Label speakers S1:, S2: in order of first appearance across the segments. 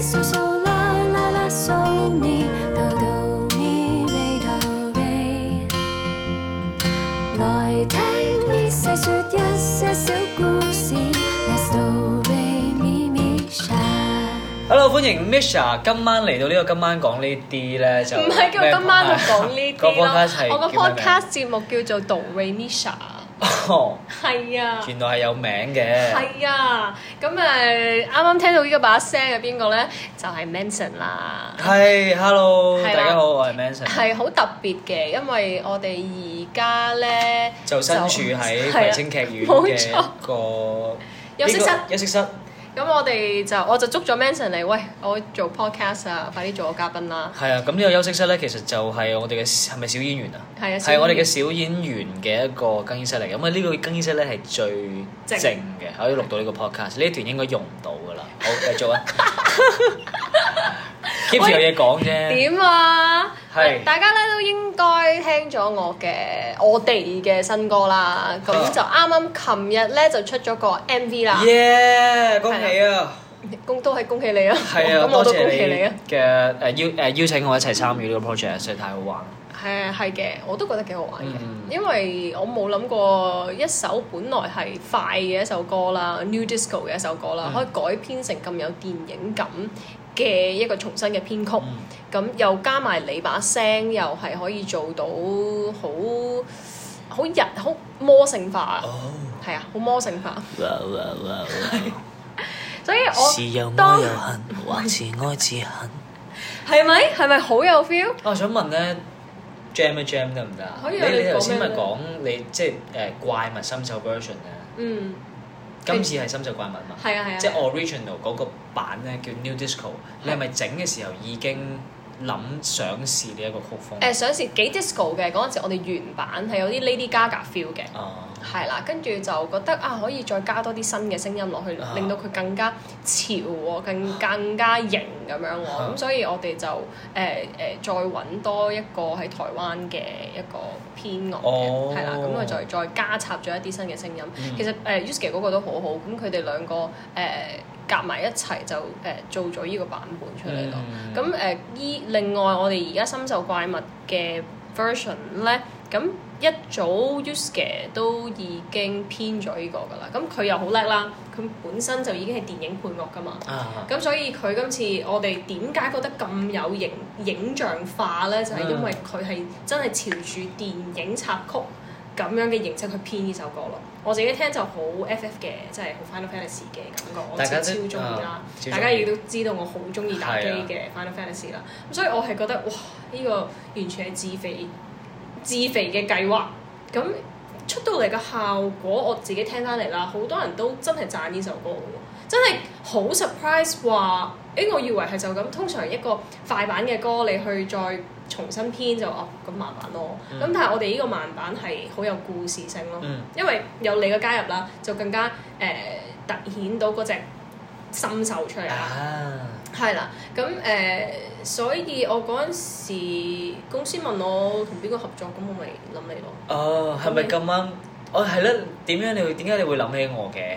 S1: 嗦嗦啦啦啦嗦咪哆哆咪咪哆咪。來聽醫世說一些小故事，Let's do re mi mi sha。
S2: Hello，歡迎 Misha，今晚嚟到呢個今晚講呢啲咧就
S3: 唔係叫我今晚就講呢
S2: 個
S3: 啲
S2: podcast 係
S3: 咯。我
S2: 叫
S3: 個
S2: 咩名
S3: podcast 節目叫做 Do Re Mi Sha，
S2: 哦，
S3: 係啊，
S2: 原來係有名嘅。
S3: 係啊。咁誒，啱啱聽到呢個把聲係邊個咧？就係 Manson 啦。
S2: 係，Hello，
S3: 係啦
S2: 大家好，我係 Manson，
S3: 係好特別嘅，因為我哋而家咧
S2: 就身處喺
S3: 係
S2: 葵
S3: 啊
S2: 青劇院
S3: 冇
S2: 嘅
S3: 錯
S2: 一個
S3: 休息室
S2: 呢個休息室。
S3: 咁我哋就我就捉咗 Manson 嚟，喂，我做 podcast à, 啊，快啲做我嘉賓啦。
S2: 係啊，咁呢個休息室咧，其實就係我哋嘅係咪小演員啊？
S3: 係啊小
S2: 係我哋嘅
S3: 演員
S2: 小演員嘅一個更衣室嚟嘅。咁啊，呢個更衣室咧係最
S3: 靜
S2: 靜嘅，可以錄到呢個 podcast。呢一段應該用唔到 噶啦。好，繼續啊，keep 住有嘢講啫。
S3: 點啊？
S2: 係
S3: 大家咧都應該聽咗我嘅我哋嘅新歌啦，咁
S2: 啊
S3: 就啱啱琴日咧就出咗個 MV 啦，
S2: 耶！恭喜啊！
S3: 恭都係恭喜你啊！
S2: 係啊，
S3: 咁我
S2: 多
S3: 都
S2: 謝
S3: 恭喜
S2: 你
S3: 你啊！
S2: 嘅誒邀誒邀請我一齊參與呢個 project，實在太好玩。
S3: 係係嘅，我都覺得幾好玩嘅，
S2: 嗯
S3: 因為我冇諗過一首本來係快嘅一首歌啦，New Disco 嘅一首歌啦，
S2: 嗯
S3: 可以改編成咁有電影感嘅一個重新嘅編曲，咁、
S2: 嗯
S3: 又加埋你把聲又係可以做到好好日好魔性化啊，
S2: 哦，
S3: 係啊，好魔性化，
S2: 哇哇哇哇！
S3: 所以
S2: 是
S3: 我
S2: 又愛
S3: 當
S2: 又恨，還是愛自恨？
S3: 係咪係咪好有 feel？
S2: 我想問咧，jam 一 jam 得唔得啊？
S3: 可以啊
S2: 你
S3: 你
S2: 你頭先咪
S3: 講咩
S2: 講你即係誒怪物深手 version 咧，
S3: 嗯，
S2: 今次係深手怪物嘛？
S3: 係啊係啊，
S2: 即係 original 嗰個版咧叫 New Disco，你係咪整嘅時候已經諗想試呢一個曲
S3: 誒、
S2: 風？
S3: 上時幾 disco 嘅嗰陣時，我哋原版係有啲 Lady Gaga feel 嘅，
S2: 哦，
S3: 係啦，跟住就覺得啊，可以再加多啲新嘅聲音落去
S2: 啊，
S3: 令到佢更加潮喎，更更加型咁樣喎，
S2: 啊
S3: 咁所以我哋就誒誒、再揾多一個喺台灣嘅一個編樂
S2: 哦
S3: 嘅，係啦、咁佢就再加插咗一啲新嘅聲音。
S2: 嗯
S3: 其實誒 Yusuke 嗰個都好好，咁佢哋兩個誒夾埋一齊就誒、呃做咗呢個版本出嚟咯。
S2: 嗯
S3: 咁誒依另外我哋而家深受怪物嘅 version 咧，咁一早 Yusuke 都已經編咗呢個㗎啦，咁佢又好叻啦，佢本身就已經係電影配樂㗎嘛。
S2: 啊，
S3: 咁所以佢今次我哋點解覺得咁有影影像化咧？就
S2: 嗯
S3: 係、因為佢係真係朝住電影插曲咁樣嘅形式去編呢首歌咯。我自己聽就好 FF 嘅，即係好 Final Fantasy 嘅感覺，我
S2: 大家
S3: 超
S2: 都
S3: 超中意啦
S2: 啊。超
S3: 大家
S2: 鍾意啊
S3: 亦都知道我好中意打機嘅 Final Fantasy 啦，咁所以我係覺得哇，呢、個完全係自肥自肥嘅計劃。咁出到嚟嘅效果，我自己聽翻嚟啦，好多人都真係讚呢首歌喎，真係好 surprise 話，誒我以為係就咁，通常一個快版嘅歌你去再重新編就哦咁慢版咯，
S2: 嗯
S3: 咁、但係我哋呢個慢版係好有故事性咯，
S2: 嗯
S3: 因為有你嘅加入啦，就更加誒、突顯到嗰隻深受出嚟啦。
S2: 啊，
S3: 係啦，咁誒、呃所以我嗰陣時公司問我同邊個合作，咁我咪諗你咯。
S2: 哦，係咪咁啱？哦，係啦，點樣你會點解你會諗起我嘅？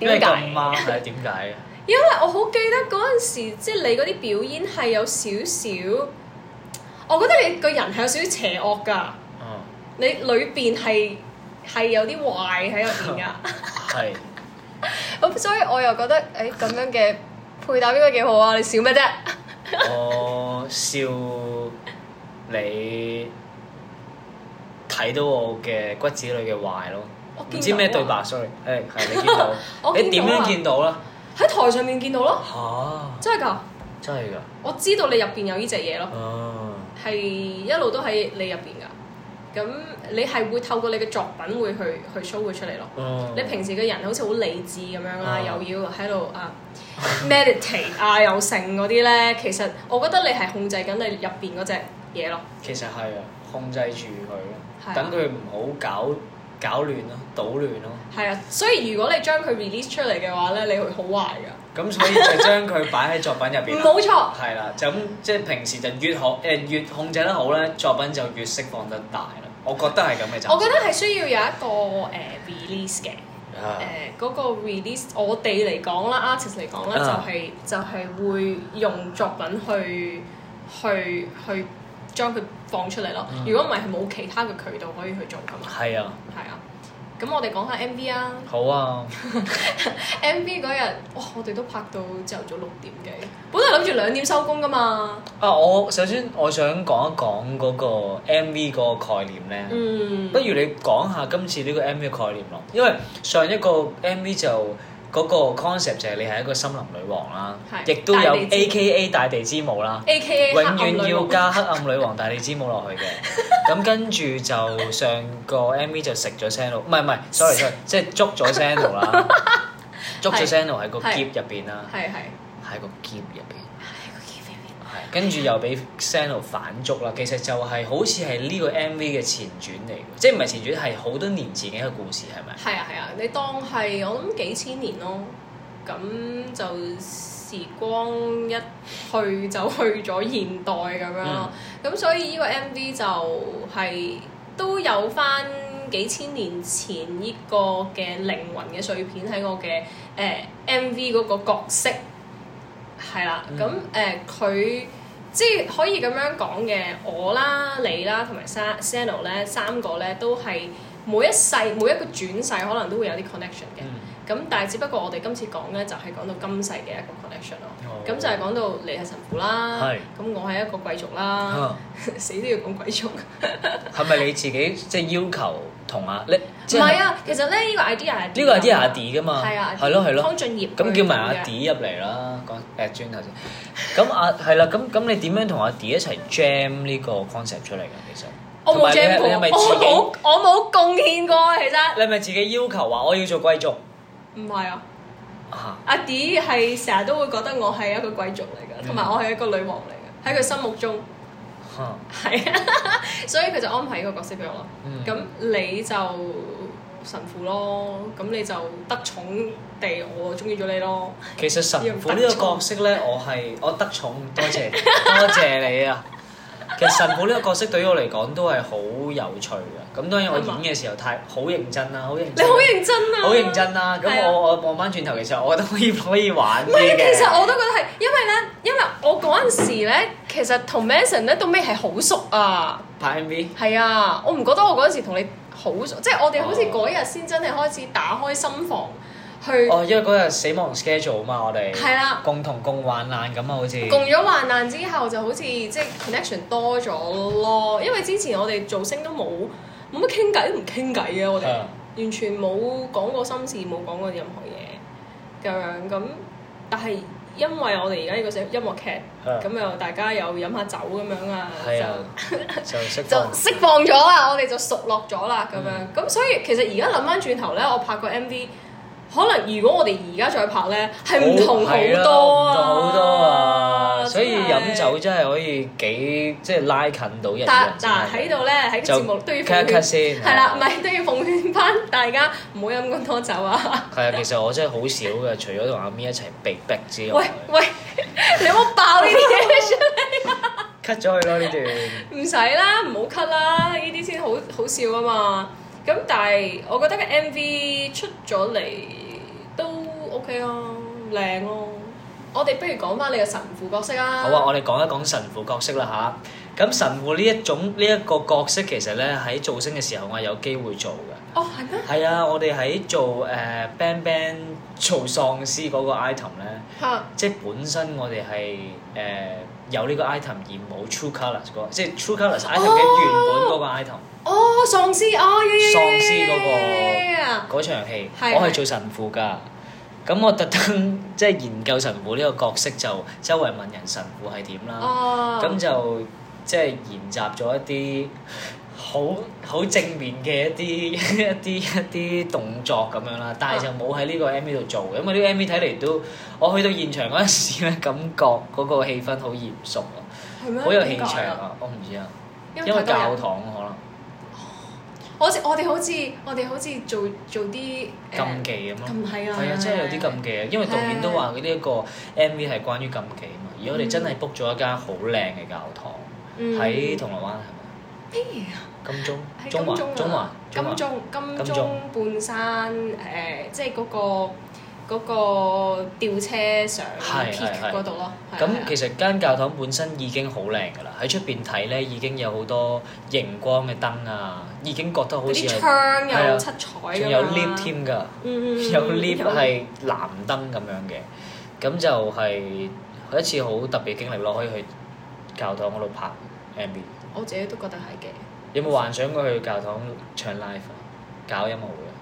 S2: 因為
S3: 點解？
S2: 咁啱係點解？
S3: 因為我好記得嗰陣時，即係你嗰啲表演係有少少，我覺得你個人係有少少邪惡㗎，
S2: 嗯，
S3: 你裏邊係係有啲壞喺入邊 㗎。
S2: 係。
S3: 咁所以我又覺得，誒、咁樣嘅配搭應該幾好啊！你笑咩啫？
S2: 我笑你睇到我嘅骨子裏嘅壞咯
S3: 我，
S2: 唔
S3: 見到啊，
S2: 知咩對白，sorry，誒係你見到
S3: 我見到啊
S2: 你點樣見到啦？
S3: 喺台上面見到咯，
S2: 吓，
S3: 真係㗎！
S2: 真係㗎，
S3: 我知道你入邊有呢隻嘢咯。
S2: 啊，
S3: 係一路都喺你入邊㗎。咁你係會透過你嘅作品會去去 show 佢出嚟咯。
S2: 嗯
S3: 你平時嘅人好似好理智咁樣啦，
S2: 嗯
S3: 又要喺度啊 meditate 啊，又剩嗰啲咧，其實我覺得你係控制緊你入邊嗰隻嘢咯。
S2: 其實係啊，控制住佢咯，
S3: 係啊
S2: 等佢唔好搞搞亂咯，搗亂咯，
S3: 係啊，所以如果你將佢 release 出嚟嘅話咧，你會好壞㗎。
S2: 咁所以就將佢擺喺作品入邊啦。
S3: 冇錯，
S2: 係啦，就咁即係平時就越學誒越控制得好咧，作品就越釋放得大啦。我覺得係咁嘅就。
S3: 我覺得係需要有一個誒、呃 release 嘅。誒
S2: 啊
S3: 嗰個 release，我哋嚟講啦，artist 嚟講啦，
S2: 啊
S3: 就係就係會用作品去去去將佢放出嚟咯。
S2: 嗯
S3: 如果唔係，係冇其他嘅渠道可以去做噶嘛。
S2: 係啊，
S3: 係啊，咁我哋講下 MV 啊
S2: 好啊，
S3: ，MV 嗰日，哇，我哋都拍到朝頭早六點幾，本來諗住兩點收工噶嘛。
S2: 啊我首先我想講一講嗰個 MV 嗰個概念咧。
S3: 嗯
S2: 不，如你講下今次呢個 MV 嘅概念咯，因為上一個 MV 就嗰個 concept 就係你係一個森林女王啦，
S3: 係
S2: 亦都有
S3: 大地之
S2: A K A 大地之母啦，
S3: A K A
S2: 永遠要加黑暗女王大地之母落 去嘅。咁跟住就上個 MV 就食咗 Sandal，唔係唔係，sorry sorry，即係捉咗 Sandal 啦，捉咗
S3: 係
S2: Sandal 喺個
S3: 係
S2: 篋入邊啦，
S3: 係係。
S2: 喺個篋入邊。係跟住又俾 Sandal 反捉啦，其實就係好似係呢個 MV 嘅前傳嚟嘅，即係唔係前傳，係好多年前嘅一個故事，係咪？
S3: 係啊係啊，你當係我諗幾千年咯，咁就時光一去就去咗現代咁樣
S2: 嗯
S3: 咯。咁、所以呢個 MV 就係、都有翻幾千年前呢個嘅靈魂嘅碎片喺我嘅誒、呃 MV 嗰個角色係啦。
S2: 嗯
S3: 咁誒佢。即係可以咁樣講嘅，我啦、你啦同埋 Sa- Sano 咧三個咧都係每一世每一個轉世可能都會有啲 connection 嘅。
S2: 嗯，
S3: 咁但係只不過我哋今次講咧就係講到今世嘅一個 connection 咯。
S2: 哦
S3: 咁就係講到你係神父啦
S2: 係，
S3: 咁我係一個貴族啦，
S2: 啊
S3: 死都要講貴族。
S2: 係咪你自己即係要求同啊？你
S3: 唔係啊，其實咧呢個 idea
S2: 呢
S3: 係
S2: 個係啲阿 D 噶嘛，
S3: 係啊，
S2: 係咯係咯
S3: 湯，俊業
S2: 咁叫埋
S3: 佢
S2: 阿
S3: 嘅
S2: D 入嚟啦，講誒轉頭先。咁阿係啦，咁咁你點樣同阿 D 一齊 jam 呢個 concept 出嚟㗎？其實
S3: 我冇
S2: 同埋
S3: jam 過，
S2: 你係咪
S3: 我
S2: 自己
S3: 冇我冇貢獻過其實。
S2: 你係咪自己要求話我要做貴族
S3: 唔係啊。
S2: 啊？
S3: 阿 D 係成日都會覺得我係一個貴族嚟嘅，同埋我係一個女王嚟嘅，喺佢心目中
S2: 嚇
S3: 係啊， 所以佢就安排呢個角色俾我咯。
S2: 嗯
S3: 咁、你就神父咯，咁你就得寵地我中意咗 你咯。
S2: 其實神父呢個角色咧，我係我得寵，多 謝多謝你啊！其實神父呢個角色對於我嚟講都係好有趣嘅。咁當然我
S3: 係嘛
S2: 演嘅時候太好認真啦，好認
S3: 你
S2: 真
S3: 好認真啊！
S2: 好認真啦。咁
S3: 係啊
S2: 我我望翻轉頭，其實我覺得可以 可以玩啲
S3: 唔係啊，
S2: 嘅。
S3: 其實我都覺得係，因為咧，因為我嗰陣時咧，其實同 Mason 咧到尾係好熟啊。
S2: 拍 MV
S3: 係啊，我唔覺得我嗰陣時同你好熟，即係我哋好似嗰日先真係開始打開心房去
S2: 哦哦，因為嗰日死亡 schedule 啊嘛，我哋
S3: 係啦
S2: 共同共患難咁啊，好似
S3: 共咗患難之後，就好似即係 connection 多咗咯。因為之前我哋做星都冇冇乜傾偈，都唔傾偈嘅，我哋
S2: 啊
S3: 完全冇講過心事，冇講過任何嘢咁樣咁。但係因為我哋而家呢個寫音樂劇，
S2: 啊
S3: 咁又大家又飲下酒咁樣啊，
S2: 係啊
S3: 就。，
S2: 就 識
S3: 就
S2: 放
S3: 釋放咗啦，我哋就熟落咗啦咁
S2: 嗯
S3: 樣。咁、所以其實而家諗翻轉頭咧，我拍個 MV，可能如果我哋而家再拍咧，係唔同好
S2: 係啦
S3: 多
S2: 唔
S3: 啊，
S2: 同好多啊！
S3: 真係
S2: 所以飲酒。真係可以幾即係拉近到人與人
S3: 但
S2: 之間
S3: 嗱喺度咧，喺個節目都要
S2: 就 cut
S3: 奉
S2: 一 cut
S3: 勸，
S2: 先
S3: 係啦，唔係都要奉勸翻大家唔好飲咁多酒 啊！
S2: 係啊，其實我真係好少嘅，除咗同阿咪一齊被逼之
S3: 喂
S2: 外
S3: 喂， 你有冇爆呢啲 嘢 出嚟？
S2: ，cut 咗佢咯呢段。
S3: 唔使啦，唔好 cut 啦，呢啲先好好笑啊嘛。咁但係我覺得個 MV 出咗嚟都 OK 啊，靚咯、我哋不如講翻你嘅神父角色 啊。
S2: 好啊，我哋講一講神父角色啦吓，咁神父呢一種呢一個角色其實咧喺造星嘅時候，我係有機會做嘅。
S3: 哦，係咩？
S2: 係啊，我哋喺做誒、呃 band band 做喪屍嗰個 item 咧。
S3: 嚇，
S2: 即係本身我哋係誒有呢個 item 而冇 True Colors 嗰個即係 True Colors item 嘅原本嗰個 item
S3: 哦，喪屍哦，耶耶耶
S2: 喪屍嗰
S3: 耶
S2: 個嗰場戲，
S3: 係
S2: 我係
S3: 係
S2: 做神父㗎。咁我特登即係研究神父呢個角色，就周圍問人神父係點啦。
S3: 哦，
S2: 咁就即係研習咗一啲好好正面嘅一啲 一啲一啲動作咁樣啦，但係就冇喺呢個 MV 度做嘅，因為呢個 MV 睇嚟都我去到現場嗰陣時咧，感覺嗰個氣氛好嚴肅啊，
S3: 係咩
S2: 好有氣
S3: 點解
S2: 場
S3: 啊！
S2: 啊，我唔知啊，
S3: 因
S2: 因為
S3: 為太多
S2: 教
S3: 人
S2: 堂可
S3: 我似我哋好似我哋好似做做啲
S2: 能禁忌咁咯。
S3: 咁係啊，
S2: 係啊，真係有啲禁忌啊！因為導演都話呢一個 MV 係關於禁忌啊嘛，而我哋真係 book 咗一間好靚嘅教堂
S3: 嗯
S2: 喺銅鑼灣係咪？
S3: 邊嘢啊？
S2: 金鐘、
S3: 喺
S2: 中
S3: 金
S2: 環、
S3: 鐘
S2: 中環
S3: 啊，、金
S2: 環
S3: 鐘、金
S2: 金
S3: 鐘半山誒、即係嗰、個嗰、個吊車上
S2: 係
S3: peak
S2: 係係
S3: 嗰度咯。係啊
S2: 咁
S3: 係係
S2: 其實間教堂本身已經好靚㗎啦，喺出邊睇咧已經有好多熒光嘅燈啊，已經覺得好
S3: 嗰
S2: 似
S3: 啲
S2: 係
S3: 窗
S2: 係啊
S3: 有七彩咁
S2: 仲
S3: 樣
S2: 有
S3: 啦
S2: lift，添㗎，
S3: 嗯嗯嗯
S2: 有 lift
S3: 有
S2: 係藍燈咁樣嘅，咁就係一次好特別嘅經歷咯，可以去教堂嗰度拍 MV。
S3: 我自己都覺得係嘅，
S2: 有冇幻想過去教堂唱 live 啊搞音樂會啊？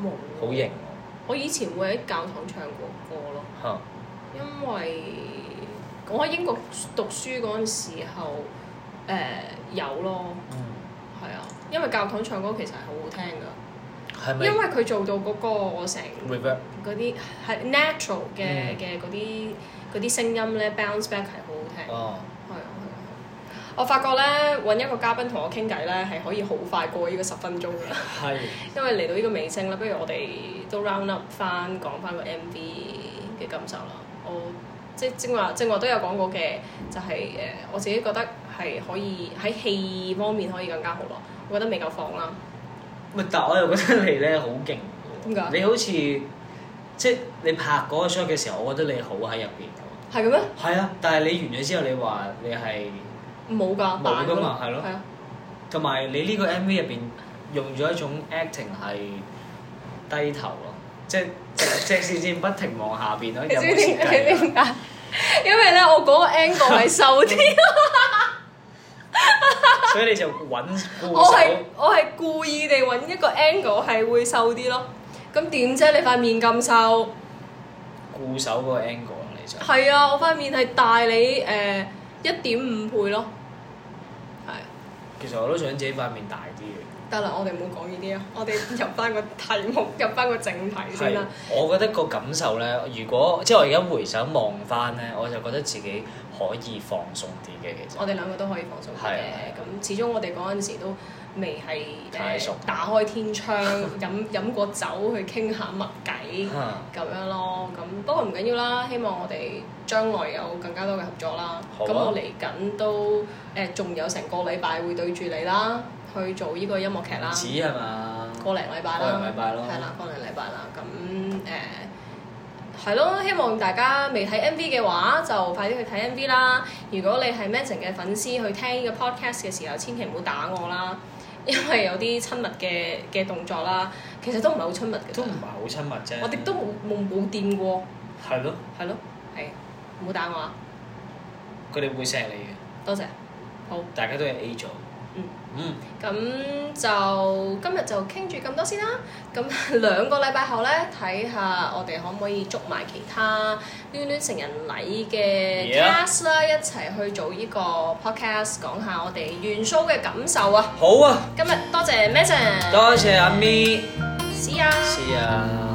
S3: 冇
S2: 好型
S3: 我以前會喺教堂唱過歌咯，
S2: 喎嚇！
S3: 因為我喺英國讀書嗰陣時候，誒、有咯，
S2: 嗯，
S3: 係啊，因為教堂唱歌其實係好好聽㗎，
S2: 係咪
S3: 因為佢做到嗰個我成
S2: reverb？
S3: 嗰啲係 natural
S2: 嗯
S3: 嘅嘅嗰啲嗰啲聲音咧 bounce back 係好好聽，係啊
S2: 哦，
S3: 係啊。我發覺咧揾一個嘉賓同我傾偈咧係可以好快過呢個十分鐘㗎。
S2: 係
S3: 因為嚟到呢個尾聲啦，不如我哋都 round up 翻講翻個 MV 嘅感受啦。我即係正話，正話都有講過嘅，就係、誒、我自己覺得係可以喺戲方面可以更加好咯。我覺得未夠放啦，
S2: 咪但係我又覺得你咧好勁喎，
S3: 點解
S2: 你好似即係你拍嗰個 shot 嘅時候，我覺得你好喺入邊㗎
S3: 係嘅咩？
S2: 喎。係啊，但係你完咗之後，你話你係
S3: 冇㗎，
S2: 冇㗎
S3: 㗎
S2: 嘛係咯
S3: 係啊，
S2: 同埋你呢個 MV 入邊用咗一種 acting 係低頭咯，即係隻視線不停望下邊咯，
S3: 你
S2: 有
S3: 知
S2: 冇
S3: 唔知
S2: 設計啊
S3: 點
S2: 㗎？
S3: 解？因為咧，我嗰個 angle 係瘦啲，
S2: 所 以你就揾副
S3: 我係
S2: 手。
S3: 我係故意地揾一個 angle 係會瘦啲咯。咁點啫？你塊面咁瘦？
S2: 固守嗰個 angle 啊你就
S3: 係啊，我塊面係大你誒一點五倍咯。係，
S2: 其實我都想自己塊面大啲嘅。
S3: 得啦，我哋唔好講呢啲啊，我哋入翻個題 目，入翻個正題先
S2: 係
S3: 啦。，
S2: 我覺得個感受咧，如果即係我而家回首望翻咧，我就覺得自己可以放鬆啲嘅。其實
S3: 我哋兩個都可以放鬆啲
S2: 係
S3: 嘅
S2: 啊係啊，
S3: 咁始終我哋嗰陣時都未係誒
S2: 太熟
S3: 打開天窗飲飲過酒去傾下密 偈
S2: 啊
S3: 咁樣咯。咁不過唔緊要啦，希望我哋將來有更加多嘅合作啦。
S2: 好啊
S3: 咁我嚟緊都誒仲有成個禮拜會對住你啦，去做呢個音樂劇啦
S2: 唔。止係嘛？
S3: 個零禮拜啦，
S2: 個零禮拜咯
S3: 係啦，個零禮拜啦。咁誒係咯，希望大家未睇 MV 嘅話，就快啲去睇 MV 啦。如果你係 Manson 嘅粉絲，去聽呢個 podcast 嘅時候，千祈唔好打我啦，因為有啲親密嘅嘅動作啦，其實都唔係好親密嘅，
S2: 都唔係好親密啫。
S3: 我哋都冇冇冇掂過，
S2: 係咯，
S3: 係咯，係唔好打我啊，
S2: 佢哋會錫你嘅，
S3: 多謝，好。
S2: 大家都係 A 組。
S3: 嗯
S2: 嗯，
S3: 咁就今日就傾住咁多先啦。咁 兩個禮拜後咧，睇下我哋可唔可以捉埋其他攣攣成人禮嘅
S2: Yeah
S3: cast 啦一齊去做呢個 podcast，講下我哋元 show 嘅感受啊！
S2: 好啊，
S3: 今日多謝 Mason，
S2: 多謝阿咪，
S3: See ya。
S2: 是啊。